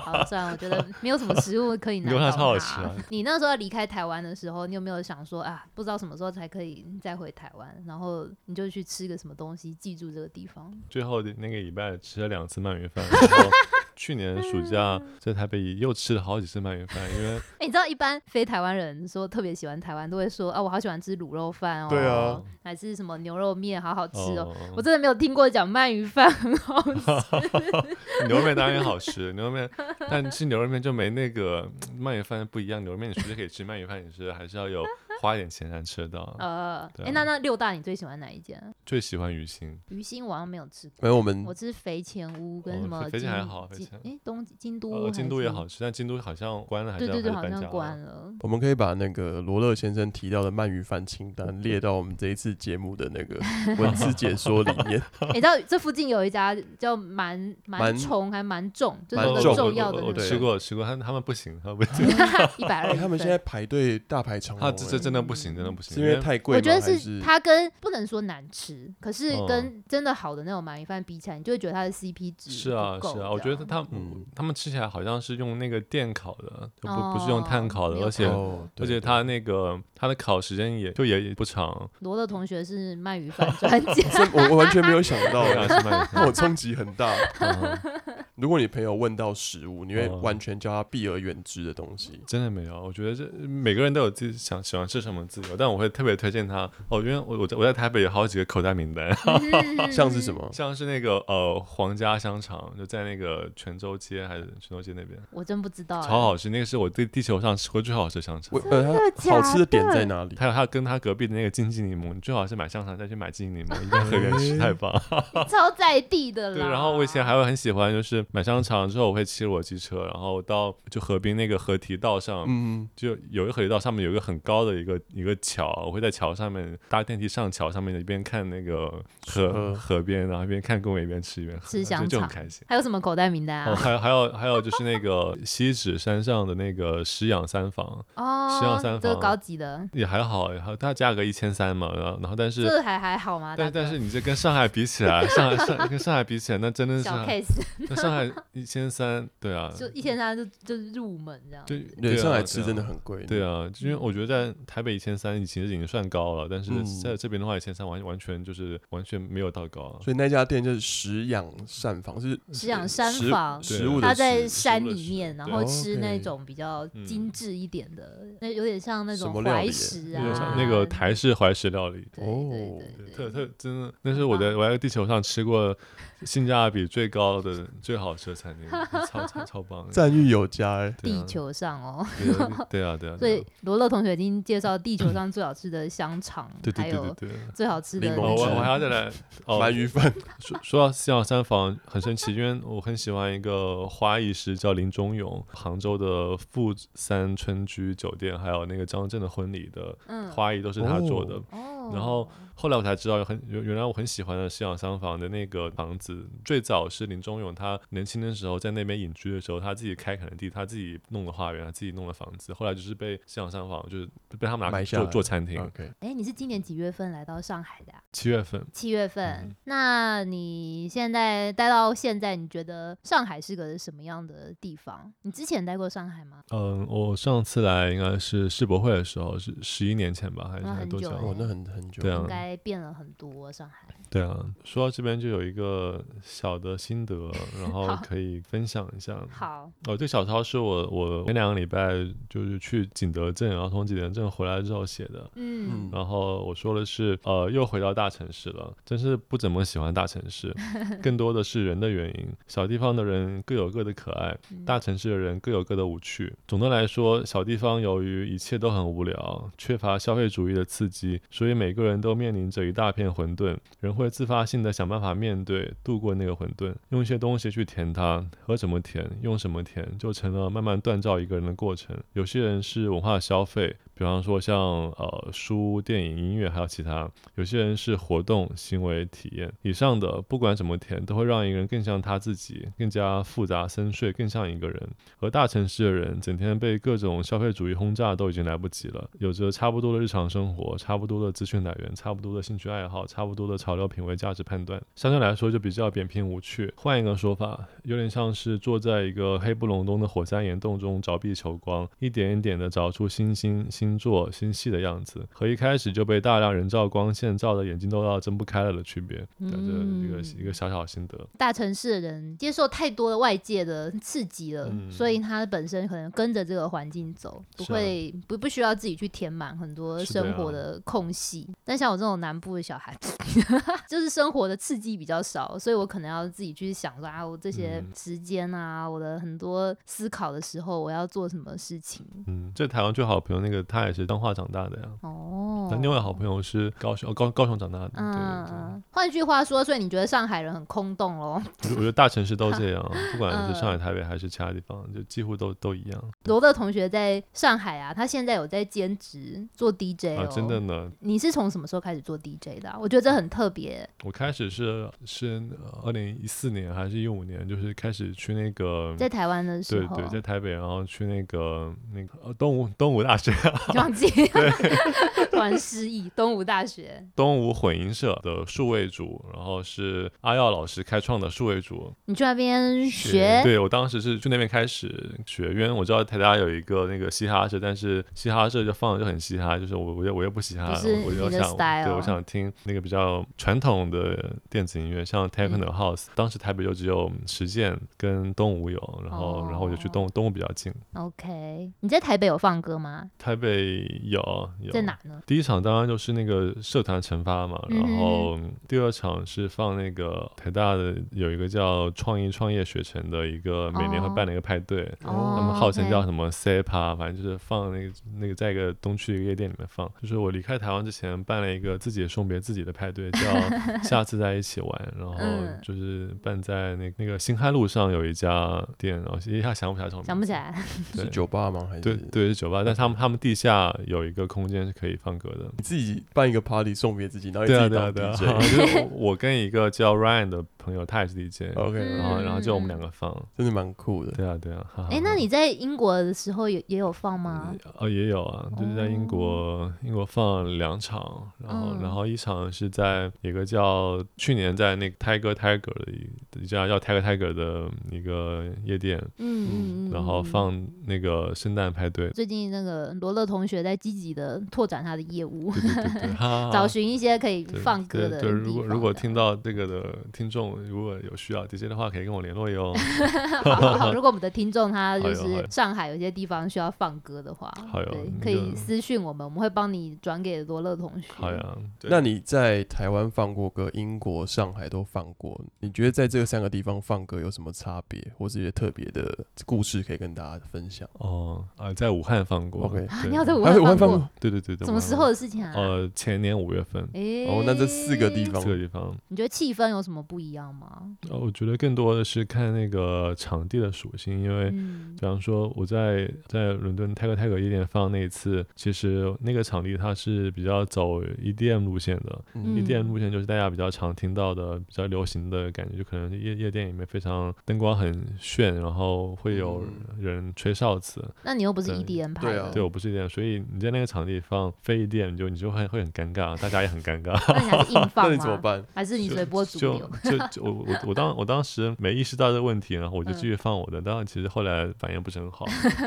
Speaker 1: 好，算了，我觉得没有什么食物可以拿
Speaker 3: 牛
Speaker 1: 到
Speaker 3: 排超
Speaker 1: 它
Speaker 3: 好吃啊
Speaker 1: 你那时候离开台湾的时候，你有没有想说啊，不知道什么时候才可以再回台湾，然后你就去吃个什么东西，记住这个地方？
Speaker 3: 最后的那个礼拜吃了两次鳗鱼饭，然后去年暑 假
Speaker 1: 嗯
Speaker 3: 在台北又吃了好几次鳗鱼饭，因为
Speaker 1: 哎、你知道一般非台湾人说特别喜欢台湾，都会说啊，我好喜欢吃卤肉饭哦，
Speaker 2: 对啊，
Speaker 1: 还是什么牛肉面，好好吃哦。
Speaker 3: 哦
Speaker 1: 我真的没有听过讲鳗鱼饭 很好吃，
Speaker 3: 牛肉面当然也好吃， 牛肉面，但吃牛肉面就没那个嗯鳗鱼饭不一样。牛肉面你除了可以吃，鳗鱼饭也是还是要有花一点钱才能吃得到。
Speaker 1: 呃，哎、
Speaker 3: 对啊
Speaker 1: 那那六大你最喜欢哪一间？啊
Speaker 3: 最喜欢鱼腥，
Speaker 1: 鱼腥我好像没有吃过，
Speaker 2: 没有，我们
Speaker 1: 我吃肥前屋跟
Speaker 3: 嗯哦
Speaker 1: 什么
Speaker 3: 肥肥前还
Speaker 1: 京
Speaker 3: 好肥
Speaker 1: 京
Speaker 3: 前
Speaker 1: 哎、东京都、
Speaker 3: 呃，京都也好，吃，但京都好像关了，还是
Speaker 1: 对对对，
Speaker 3: 要
Speaker 1: 好
Speaker 3: 还是
Speaker 1: 像
Speaker 3: 搬家啊
Speaker 1: 关
Speaker 3: 了。
Speaker 1: 了。
Speaker 2: 我们可以把那个罗勒先生提到的鳗鱼饭清单列到我们这一次节目的 那个文字解说里 面。
Speaker 1: 哎你知道这附近有一家叫蛮蛮
Speaker 2: 蛮
Speaker 1: 虫，还蛮重，就是那
Speaker 2: 蛮
Speaker 3: 哦
Speaker 1: 个
Speaker 2: 重
Speaker 1: 重
Speaker 2: 的
Speaker 1: 要的
Speaker 3: 我我
Speaker 1: 那
Speaker 2: 对
Speaker 3: 吃
Speaker 1: 个
Speaker 3: 过吃过，他们他们不行，他们不行，
Speaker 1: 一百二
Speaker 2: 哎，他们现在排队大排长龙
Speaker 3: 他
Speaker 2: 欸，
Speaker 3: 这这真的不行，真的不行，
Speaker 2: 是因为太贵吗？
Speaker 1: 我觉得
Speaker 2: 还
Speaker 1: 是
Speaker 2: 是
Speaker 1: 它跟不能说难吃，可是
Speaker 3: 哦
Speaker 1: 跟真的好的那种鳗鱼饭比起来，你就会觉得它的 CP 值
Speaker 3: 是啊
Speaker 1: 不够
Speaker 3: 是啊，我觉
Speaker 1: 这
Speaker 3: 得
Speaker 1: 样
Speaker 3: 他
Speaker 2: 嗯
Speaker 3: 们他们吃起来好像是用那个电烤的，就不不是
Speaker 1: 哦
Speaker 3: 用炭烤的，
Speaker 1: 没有
Speaker 3: 而且
Speaker 1: 炭烤
Speaker 2: 哦，对
Speaker 3: 而且
Speaker 2: 对哦
Speaker 3: 它那个它的烤时间也就也也不长，
Speaker 1: 罗乐同学是鳗鱼饭专家，
Speaker 2: 这我我完全没有想到
Speaker 3: 对啊，
Speaker 2: 欸，
Speaker 3: 是鳗鱼
Speaker 2: 让我
Speaker 3: 饭
Speaker 2: 冲击很 大。
Speaker 3: 嗯
Speaker 2: 如果你朋友问到食物，你会
Speaker 3: 哦
Speaker 2: 完全叫他避而远之的东西。
Speaker 3: 真的没有，我觉得这每个人都有自己想喜欢吃什么自由，但我会特别推荐它。哦，因为我我在我在台北有好几个口袋名单，
Speaker 1: 嗯
Speaker 2: 像是什么？
Speaker 3: 像是那个呃皇家香肠，就在那个泉州街还是泉州街那边，
Speaker 1: 我真不知道欸。
Speaker 3: 超好吃，那个是我对地球上吃过最好吃的香肠
Speaker 2: 我。呃，它好吃的点在哪里？
Speaker 3: 还有它跟它隔壁的那个金鸡柠檬，你最好是买香肠再去买金鸡柠檬，一定要合吃，
Speaker 2: 嗯
Speaker 3: 太棒。
Speaker 1: 欸超在地的啦。
Speaker 3: 对，然后我以前还会很喜欢，就是买香肠之后，我会骑我机车，然后到就河滨那个河堤道上，
Speaker 2: 嗯，
Speaker 3: 就有一个河堤道上面有一个很高的一个一个桥，我会在桥上面搭电梯上桥上面，一边看那个河
Speaker 2: 河
Speaker 3: 河边，然后一边看公园，一边吃一边喝，
Speaker 1: 吃香
Speaker 3: 就就很
Speaker 1: 肠
Speaker 3: 开心。
Speaker 1: 还有什么口袋名单
Speaker 3: 哦，
Speaker 1: 啊？
Speaker 3: 还有还有还有就是那个西指山上的那个石养三房十
Speaker 1: 哦
Speaker 3: 二三，啊
Speaker 1: 这个
Speaker 3: 房
Speaker 1: 高级的，
Speaker 3: 也还好，然后它价格一千三嘛，然后然后
Speaker 1: 这
Speaker 3: 但是
Speaker 1: 个还还好吗？
Speaker 3: 但是
Speaker 1: 大
Speaker 3: 但
Speaker 1: 哥
Speaker 3: 是你这跟上海比起来，上海上跟上海比起来，那真的是啊
Speaker 1: 小 case
Speaker 3: 那上海一千三，对啊，
Speaker 1: 就一千三就就是入门这样。
Speaker 3: 对
Speaker 2: 对，上海
Speaker 3: 啊
Speaker 2: 吃真的很嗯贵。
Speaker 3: 对啊，就因为我觉得在台北一千三其实已经算高了，但是
Speaker 2: 嗯
Speaker 3: 在这边的话，一千三完完全就是完全没有到高啊。
Speaker 2: 所以那家店就是食养膳房，是呃
Speaker 1: 食养膳房
Speaker 2: 食食
Speaker 3: 啊
Speaker 2: 物的
Speaker 1: 他
Speaker 2: 食
Speaker 1: 在
Speaker 2: 食
Speaker 1: 山
Speaker 3: 物的
Speaker 1: 里
Speaker 3: 食
Speaker 1: 面，然
Speaker 3: 对
Speaker 1: 后
Speaker 2: 哦
Speaker 1: 吃那
Speaker 2: ，OK
Speaker 1: 种比较
Speaker 3: 嗯
Speaker 1: 精致一点的，那有点像那
Speaker 2: 什
Speaker 1: 种
Speaker 2: 么料
Speaker 1: 怀
Speaker 2: 理耶
Speaker 1: 石
Speaker 3: 那个
Speaker 1: 啊，
Speaker 3: 那个台式怀石料理，
Speaker 1: 对对对
Speaker 2: 哦
Speaker 1: 对啊
Speaker 3: 特特真的，那是我在我在地球上吃过性价比最高的、最好吃的餐厅，超超超棒的。
Speaker 2: 赞誉有加哎。
Speaker 3: 对啊
Speaker 1: 地球上哦，
Speaker 3: 对啊对啊对啊，
Speaker 1: 所
Speaker 3: 对
Speaker 1: 以
Speaker 3: 啊
Speaker 1: 罗乐同学已经介绍地球上最好吃的香肠，
Speaker 3: 对
Speaker 1: 还
Speaker 3: 对对
Speaker 1: 有
Speaker 3: 对对。
Speaker 1: 最好吃的
Speaker 2: 柠
Speaker 3: 哦，
Speaker 2: 檬
Speaker 3: 我
Speaker 2: 汁
Speaker 3: 我还要再 来哦，
Speaker 2: 鳗鱼饭，
Speaker 3: 说说到西洋三房很神奇，因为我很喜欢一个花艺师叫林中勇，杭州的富三春居酒店，还有那个张震的婚礼的
Speaker 1: 嗯
Speaker 3: 花艺都是他做的。
Speaker 1: 哦，
Speaker 3: 然后后来我才知道，很原原来我很喜欢的西洋三房的那个房子，最早是林中勇他年轻的时候在那边隐居的时候，他自己开垦的地，他自己弄的花园，他自己弄的房子。后来就是被西洋三房就是被他们拿
Speaker 2: 买
Speaker 3: 去
Speaker 2: 下
Speaker 3: 做
Speaker 2: 来嗯
Speaker 3: 做餐厅。
Speaker 2: OK，
Speaker 1: 哎，你是今年几月份来到上海的啊？
Speaker 3: 七月份，
Speaker 1: 七月
Speaker 3: 嗯
Speaker 1: 份，那你现在待到现在，你觉得上海是个什么样的地方？你之前待过上海吗？
Speaker 3: 嗯嗯，我上次来应该是世博会的时候，是十一年前吧，还是
Speaker 1: 那
Speaker 3: 还
Speaker 1: 很
Speaker 3: 多
Speaker 1: 久
Speaker 3: 久？
Speaker 1: 了
Speaker 2: 哦哇，那很很很久。
Speaker 3: 对啊
Speaker 1: 应该变了很多。上海，
Speaker 3: 对啊，说到这边就有一个小的心得，然后
Speaker 1: 好
Speaker 3: 可以分享一下。
Speaker 1: 好，
Speaker 3: 哦，这小抄是我我前两个礼拜就是去景德镇，然后从景德镇回来之后写的。
Speaker 1: 嗯
Speaker 2: 嗯
Speaker 3: 然后我说的是，呃，又回到大城市了，真是不怎么喜欢大城 市，更多的是人的原因。小地方的人各有各的可爱，
Speaker 1: 嗯
Speaker 3: 大城市的人各有各的无趣。总的来说，小地方由于一切都很无聊，缺乏消费主义的刺激，所以每个人都面临着一大片混沌。人会自发性的想办法面对、度过那个混沌，用一些东西去填它。喝什么甜，用什么甜，就成了慢慢锻造一个人的过程。有些人是文化消费，比方说像呃书、电影、音乐，还有其他；有些人是活动、行为、体验。以上的不管怎么填，都会让一个人更像他自己，更加复杂深邃，更像一个人。而大城市的人整天被各种消费主义轰炸，都已经来不及了。有着差不多的日常生活，差不多的资讯来源，差不多的兴趣爱好，差不多的潮流品味、价值判断，相对来说就比较扁平无趣。换一个说法，有点像是坐在一个黑不隆冬的火山岩洞中凿壁求光，一点一点地凿出星星、星座、星系的样子，和一开始就被大量人造光线照的眼睛都要睁不开了的区别。对，这是一个一个小小心得。
Speaker 1: 大城市的人接受太多的外界的刺激了，
Speaker 3: 嗯
Speaker 1: 所以他本身可能跟着这个环境走，不
Speaker 3: 是啊
Speaker 1: 会、不不需要自己去填满很多
Speaker 3: 是的
Speaker 1: 生
Speaker 3: 呀
Speaker 1: 活的空隙。但像我这种南部的小孩， 就是生活的刺激比较少，所以我可能要自己去想说啊，我这些
Speaker 3: 嗯
Speaker 1: 时间啊，我的很多思考的时候，我要做什么事情。
Speaker 3: 嗯，这台湾最好的朋友那个他也是彰化长大的呀。
Speaker 1: 哦，
Speaker 3: 那另外好朋友是高雄，哦、高高雄长大的。对
Speaker 1: 嗯，
Speaker 3: 对对
Speaker 1: 嗯换句话说，所以你觉得上海人很空洞喽？
Speaker 3: 我觉得我觉得大城市都 这样，不管
Speaker 1: 嗯
Speaker 3: 是上海、台北还是其他地方，就几乎都都一样。
Speaker 1: 罗乐同学在上海啊，他现在有在兼职做 DJ 哦、
Speaker 3: 啊，真的呢，
Speaker 1: 你是从什么时候开始做 DJ 的啊、我觉得这很特别。
Speaker 3: 我开始是是呃二零一四年还是一五年，就是开始去那个。
Speaker 1: 在台湾的时
Speaker 3: 对
Speaker 1: 候，啊
Speaker 3: 对，在台北，然后去那个那个、呃、东吴东吴大学
Speaker 1: 忘记， 突然失忆。东吴大学，
Speaker 3: 东吴混音社的数位组，然后是阿耀老师开创的数位组，
Speaker 1: 你去那边
Speaker 3: 对
Speaker 1: 学，
Speaker 3: 对我当时是去那边开始学，因为我知道台大有一个那个嘻哈社，但是嘻哈社就放的就很嘻哈，就是我我又我又不嘻哈
Speaker 1: 不
Speaker 3: 了
Speaker 1: 是，
Speaker 3: 我
Speaker 1: 你
Speaker 3: 就
Speaker 1: 的
Speaker 3: 想
Speaker 1: style
Speaker 3: 对我想听那个比较传统的电子音乐，像
Speaker 1: 嗯
Speaker 3: techno house，、当时台北就只有实践跟东吴有，然后、然后我就去
Speaker 1: 哦
Speaker 3: 东东吴比较近，
Speaker 1: OK。你在台北有放歌吗？
Speaker 3: 台北有有
Speaker 1: 在哪呢？
Speaker 3: 第一场当然就是那个社团惩罚嘛，
Speaker 1: 嗯
Speaker 3: 然后第二场是放那个台大的有一个叫创意创业学城的一个每年会办的一个派对，
Speaker 1: 哦
Speaker 3: 他们号称
Speaker 1: OK
Speaker 3: 叫什么 CPA，反正就是放那个那个在一个东区一个夜店里面放。就是我离开台湾之前办了一个自己送别自己的派对， 叫下次在一起玩，然后
Speaker 1: 嗯
Speaker 3: 就是办在那那个新开路上有一家店，然后一下想不起来什么，
Speaker 1: 想不起。来，
Speaker 3: 对
Speaker 2: 是酒吧吗？还是
Speaker 3: 对对，是酒吧，但他们他们地下有一个空间是可以放歌的，
Speaker 2: 你自己办一个 party 送别自己，然后你
Speaker 3: 对
Speaker 2: 自
Speaker 3: 啊
Speaker 2: 己
Speaker 3: 对啊
Speaker 2: 当
Speaker 3: 对啊，
Speaker 2: DJ
Speaker 3: 就。是我跟一个叫 Ryan 的朋友，他也是 DJ，
Speaker 2: OK，
Speaker 1: 嗯
Speaker 3: 然后然后就我们两个放，
Speaker 2: 真的蛮酷的。
Speaker 3: 对啊对啊，哈哈
Speaker 1: 哎、那你在英国的时候也也有放吗？
Speaker 3: 哦也有啊，就是在英国英国放两场，然后
Speaker 1: 哦嗯
Speaker 3: 然后一场是在一个叫去年在那个 Tiger Tiger 的一一家叫 Tiger Tiger 的一个夜店，
Speaker 1: 嗯嗯嗯。
Speaker 3: 然后放那个圣诞派对，
Speaker 1: 最近那个罗乐同学在积极的拓展他的业务，
Speaker 3: 对对对对，哈哈
Speaker 1: 找寻一些可以
Speaker 3: 对
Speaker 1: 放歌的
Speaker 3: 对
Speaker 1: 地
Speaker 3: 对，
Speaker 1: 方。
Speaker 3: 如果如果
Speaker 1: 这样
Speaker 3: 听到这个的听众，如果有需要 DJ 的话，可以跟我联络 哟。
Speaker 1: 好好好，如果我们的听众他就
Speaker 3: 好哟好
Speaker 1: 是
Speaker 3: 哟
Speaker 1: 上海有些地方需要放歌的话，
Speaker 3: 好哟
Speaker 1: 对，
Speaker 3: 那
Speaker 1: 可以
Speaker 3: 个
Speaker 1: 私讯我们，我们会帮你转给罗乐同学。
Speaker 3: 好呀，对
Speaker 2: 嗯那你在台湾放过歌，英国、上海都放过，你觉得在这三个地方放歌有什么差别，或是一些特别的故事可以跟大家分享？
Speaker 3: 哦啊、在武汉放过。
Speaker 2: OK
Speaker 1: 啊，
Speaker 3: 对
Speaker 1: 你要在武
Speaker 2: 还有武
Speaker 1: 汉
Speaker 2: 汉
Speaker 1: 放
Speaker 2: 放
Speaker 1: 过？
Speaker 3: 对对对对。
Speaker 1: 什么时候？的事情啊？
Speaker 3: 呃，前年五月份，
Speaker 1: 诶，
Speaker 2: 哦，那这四个地方
Speaker 3: 这个地方，
Speaker 1: 你觉得气氛有什么不一样吗？
Speaker 3: 呃，我觉得更多的是看那个场地的属性，因为。
Speaker 1: 嗯
Speaker 3: 比方说，我在在伦敦泰格泰格夜店放那一次，其实那个场地它是比较走 EDM 路线的、
Speaker 1: 嗯
Speaker 3: e d m 路线就是大家比较常听到的、比较流行的感觉，就可能是夜夜店里面非常灯光很炫，然后会有
Speaker 1: 嗯
Speaker 3: 人吹哨子。
Speaker 1: 那你又不是
Speaker 3: 对
Speaker 1: EDM 派
Speaker 2: 对
Speaker 1: 的，
Speaker 2: 啊
Speaker 3: 对我不是夜店，所以你在那个场地放非夜 E 店，你就你就会会很尴尬，大家也很尴尬。
Speaker 1: 那你还是硬
Speaker 2: 那
Speaker 1: 放
Speaker 2: 你怎么
Speaker 1: 吗？
Speaker 2: 办？
Speaker 1: 还是你
Speaker 3: 就
Speaker 1: 随波逐
Speaker 3: 就
Speaker 1: 流？
Speaker 3: 就就我我我当我当时没意识到这个问题，然后我就
Speaker 1: 嗯
Speaker 3: 继续放我的。当然，其实后来反应不是 很好，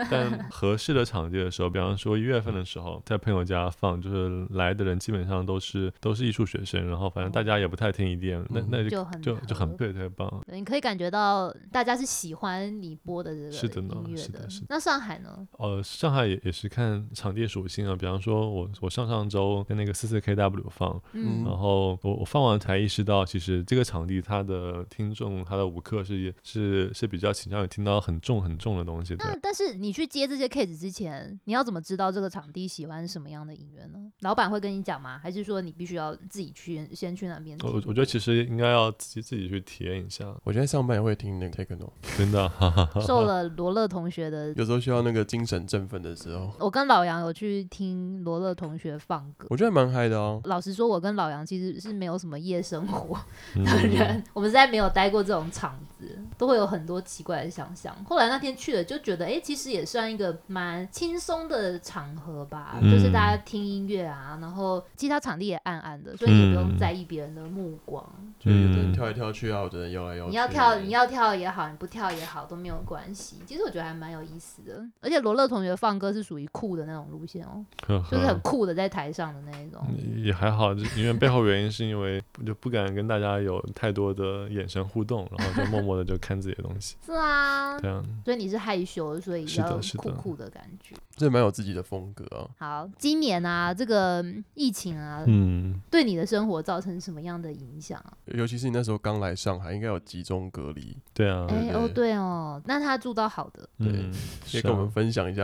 Speaker 3: 但合适的场地的时候，比方说一月份的时候，在朋友家放，就是来的人基本上都是都是艺术学生，然后反正大家也不太听 EDM，、那
Speaker 2: 嗯
Speaker 3: 那就
Speaker 1: 就很
Speaker 3: 就就很
Speaker 1: 合
Speaker 3: 对特别棒。
Speaker 1: 对，你可以感觉到大家是喜欢你播的这个
Speaker 3: 是的呢
Speaker 1: 音乐
Speaker 3: 是的是的
Speaker 1: 那上海呢？
Speaker 3: 呃，上海也也是看场地属性啊，比方说我我上上周在那个四四 KW 放，
Speaker 1: 嗯
Speaker 2: 嗯
Speaker 3: 然后我我放完才意识到，其实这个场地它的听众他的舞客是是是比较倾向于听到很重很重的东西
Speaker 1: 那
Speaker 3: 的。
Speaker 1: 但是你去接这些 case 之前，你要怎么知道这个场地喜欢什么样的音乐呢？老板会跟你讲吗？还是说你必须要自己去先去那边听？
Speaker 3: 我我觉得其实应该要自己自己去体验一下，
Speaker 2: 我现在上班也会听那个 techno，
Speaker 3: 真的，哈哈哈
Speaker 1: 受了罗乐同学的，
Speaker 2: 有时候需要那个精神振奋的时候，
Speaker 1: 我跟老杨有去听罗乐同学放歌。
Speaker 2: 我觉得蛮嗨的哦、
Speaker 1: 老实说，我跟老杨其实是没有什么夜生活
Speaker 3: 嗯
Speaker 1: 的人，我们实在没有待过这种场子，都会有很多奇怪的想象。后来那天去了，就觉得哎、诶其实也算一个蛮轻松的场合吧，
Speaker 3: 嗯
Speaker 1: 就是大家听音乐啊，然后其他场地也暗暗的，所以也不用
Speaker 3: 嗯
Speaker 1: 在意别人的目光。
Speaker 2: 就有的人
Speaker 3: 嗯
Speaker 2: 跳来跳去啊，有的人摇来摇去。
Speaker 1: 你要跳，你要跳也好，你不跳也好都没有关系。其实我觉得还蛮有意思的，而且罗乐同学放歌是属于酷的那种路线哦，
Speaker 3: 呵呵
Speaker 1: 就是很酷的在台上的那一种。
Speaker 3: 嗯也还好，就因为背后原因是因为 就不敢跟大家有太多的眼神互动，然后就默默的就看自己的东西，
Speaker 1: 是啊，
Speaker 3: 这样。
Speaker 1: 所以你是害羞，所以
Speaker 3: 是的
Speaker 1: 要
Speaker 3: 是
Speaker 1: 酷
Speaker 3: 的
Speaker 1: 酷的感觉。
Speaker 2: 这蛮有自己的风格啊。
Speaker 1: 好，今年啊，这个嗯疫情啊，
Speaker 3: 嗯，
Speaker 1: 对你的生活造成什么样的影响啊？
Speaker 2: 尤其是你那时候刚来上海，应该有集中隔离，
Speaker 3: 对啊，
Speaker 1: 哎、
Speaker 2: 对
Speaker 1: 哦，对哦，那他住到好的，
Speaker 2: 对
Speaker 3: 嗯，
Speaker 2: 可
Speaker 3: 是
Speaker 2: 以跟我
Speaker 3: 啊
Speaker 2: 们。分享 一下。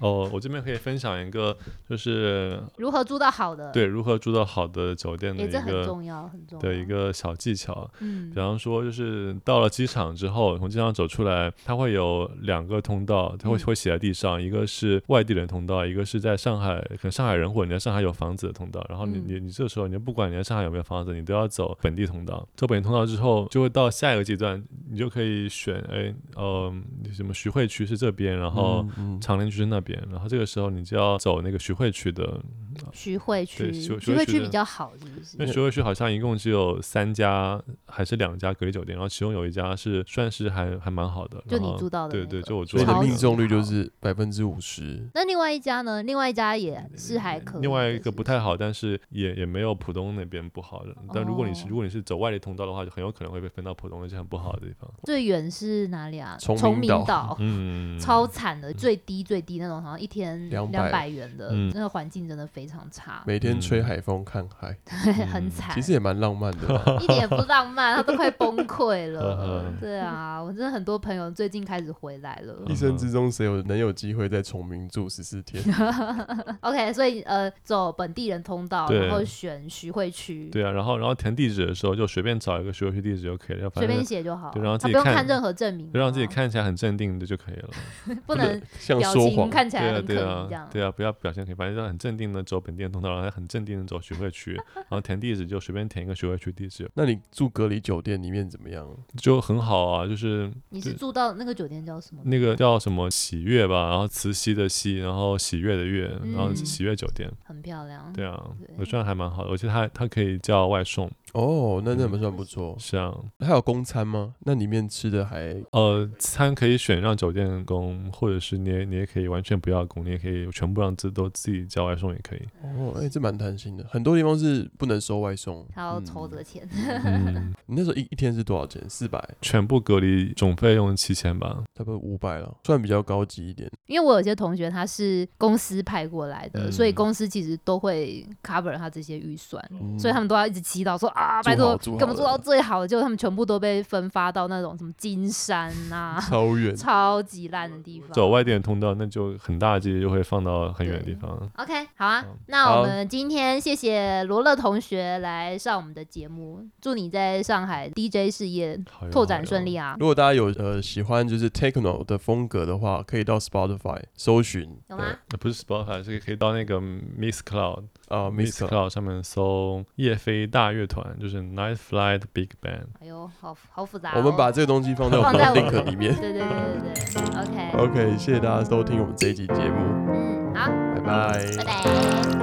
Speaker 3: 哦，我这边可以分享一个，就是
Speaker 1: 如何住到好的？，
Speaker 3: 对，如何住到好的酒店的
Speaker 1: 哎、
Speaker 3: 一
Speaker 1: 这很
Speaker 3: 个
Speaker 1: 重要，很重要
Speaker 3: 的一，个小技巧。
Speaker 1: 嗯
Speaker 3: 比，方说，就是到了机场之后，从机场走出来，它会有两个通道，它会
Speaker 1: 嗯
Speaker 3: 会写在地上，一个是外地人通道，一个是在上海，可能上海人或者你在上海有房子的通道。然后你
Speaker 1: 嗯
Speaker 3: 你你这时候，你就不管你在上海有没有房子，你都要走本地通道。走本地通道之后，就会到下一个阶段，你就可以选，哎，呃，什么徐汇区是这边，然后
Speaker 2: 嗯，嗯
Speaker 3: 长宁区是那边，然后这个时候你就要走那个徐汇区的
Speaker 1: 徐汇区，
Speaker 3: 对徐
Speaker 1: 徐
Speaker 3: 徐
Speaker 1: 汇
Speaker 3: 汇
Speaker 1: 区
Speaker 3: 区
Speaker 1: 比
Speaker 3: 的
Speaker 1: 较好，是不
Speaker 3: 因为
Speaker 1: 是？
Speaker 3: 徐汇区好像一共只有三家还是两家隔离酒店，然后其中有一家是算是还还蛮好的，
Speaker 1: 就你
Speaker 3: 然后
Speaker 1: 住到的
Speaker 3: 对
Speaker 1: 那
Speaker 3: 对，
Speaker 1: 个
Speaker 3: 就我住
Speaker 2: 所以你
Speaker 3: 到
Speaker 2: 的
Speaker 1: 超
Speaker 2: 命
Speaker 1: 级
Speaker 2: 中率就
Speaker 1: 好
Speaker 2: 是百分之五十。
Speaker 1: 那另外一家呢？另外一家也是还可以的，
Speaker 3: 另外一
Speaker 1: 是
Speaker 3: 个
Speaker 1: 是
Speaker 3: 不太好，但是也也没有浦东那边不好的。但如果你是、
Speaker 1: 哦
Speaker 3: 如果你是走外地通道的话，就很有可能会被分到浦东那些很不好的地方。
Speaker 1: 最远是哪里啊？
Speaker 2: 崇明
Speaker 1: 崇明
Speaker 2: 岛
Speaker 1: 岛，
Speaker 3: 嗯，
Speaker 1: 超惨的，最低最低那种，好像一天
Speaker 2: 200
Speaker 1: 两百元的，
Speaker 3: 嗯
Speaker 1: 那个环境真的非常差，
Speaker 2: 每天吹海风看海，
Speaker 3: 嗯
Speaker 1: 很惨
Speaker 2: 其。实也蛮浪漫的 吧。
Speaker 1: 一点也不浪 漫，他都快崩溃了
Speaker 3: 嗯。
Speaker 1: 对啊，我真的很多朋友最近开始回来了。
Speaker 2: 一生之中，谁有能有机会在崇明住十四天？
Speaker 1: OK，所以呃，走本地人通道，
Speaker 3: 对
Speaker 1: 然后选徐汇区，
Speaker 3: 对啊，然后然后填地址的时候就随便找一个徐汇区地址就可以了，
Speaker 1: 随
Speaker 3: 反
Speaker 1: 便
Speaker 3: 正
Speaker 1: 写就好
Speaker 3: 对
Speaker 1: 了，
Speaker 3: 然后
Speaker 1: 他
Speaker 3: 自
Speaker 1: 不用
Speaker 3: 己看
Speaker 1: 看任何证明，
Speaker 3: 就让自己
Speaker 1: 哦，
Speaker 3: 看起来很镇定的就可以了。
Speaker 1: 不能
Speaker 2: 像
Speaker 1: 表
Speaker 2: 说
Speaker 1: 情
Speaker 2: 谎，
Speaker 1: 看起来
Speaker 3: 对啊
Speaker 1: 很可
Speaker 3: 对
Speaker 1: 疑这
Speaker 3: 啊
Speaker 1: 样。
Speaker 3: 对啊，不要表现可以，反正就很镇定的走本地的通道，然后很镇定的走徐汇区，然后填地址就随便填一个徐汇区地址，
Speaker 2: 那你住隔离酒店里面怎么样？
Speaker 3: 就很好啊。就是
Speaker 1: 你是住到那个酒店叫什么？
Speaker 3: 那个叫什么喜悦吧，然后慈禧的禧，然后喜悦的悦，然后
Speaker 1: 嗯
Speaker 3: 喜悦酒店，
Speaker 1: 很漂亮。
Speaker 3: 对啊
Speaker 1: 对，
Speaker 3: 我觉得还蛮好的。我觉得它它可以叫外送，
Speaker 2: 哦，那那蛮算不错。
Speaker 3: 是啊，
Speaker 2: 还有公餐吗？那里面吃的还
Speaker 3: 呃，餐可以选让酒店供，或者是你也你也可以完全不要供，你也可以全部让自都自己叫外送也可 以。
Speaker 2: 哦，哎、这蛮贪心的。很多地方是不能收外送，
Speaker 1: 他要
Speaker 2: 嗯
Speaker 1: 筹着钱，
Speaker 3: 嗯，
Speaker 2: 你那时候一一天是多少钱？四百，
Speaker 3: 全部隔离总费用七千吧。
Speaker 2: 差不多五百了，算比较高级一点。
Speaker 1: 因为我有些同学他是公司派过来的，
Speaker 3: 嗯
Speaker 1: 所以公司其实都会 cover 他这些预算，
Speaker 2: 嗯、
Speaker 1: 所以他们都要一直祈祷说啊，
Speaker 2: 住
Speaker 1: 拜托
Speaker 2: 好住，好
Speaker 1: 给我们做到
Speaker 2: 的，
Speaker 1: 最好的，结果他们全部都被分发到那种什么金山啊
Speaker 2: 超远。
Speaker 1: 超级烂的地方。
Speaker 3: 走外地的通道，那就很大的几率就会放到很远的
Speaker 1: 对
Speaker 3: 地方。
Speaker 1: OK，好啊
Speaker 3: 好，
Speaker 1: 那我
Speaker 2: 嗯好
Speaker 1: 们今天谢谢罗乐同学来上我们的节目，祝你在上海 DJ 事
Speaker 2: 哎
Speaker 1: 业
Speaker 3: 好哟
Speaker 1: 拓展顺利！啊！
Speaker 2: 如果大家有呃喜欢就是 techno 的风格的话，可以到 Spotify 搜寻。
Speaker 1: 有吗
Speaker 2: 呃？
Speaker 3: 好哟呃不是 Spotify，是可以到那个 Miss Cloud
Speaker 2: 啊
Speaker 3: m i s
Speaker 2: ，Miss
Speaker 3: c l o u d 上面搜夜飞大乐团，就是 Night Flight Big Band。
Speaker 1: 哎呦，好好复杂、哦。
Speaker 2: 我们把这个东西放在我们的
Speaker 1: 放在我
Speaker 2: link 里面。
Speaker 1: 对对对对对，OK，
Speaker 2: OK，谢谢大家收听我们这一集节目，
Speaker 1: 嗯，好，
Speaker 2: 拜拜
Speaker 1: 拜拜。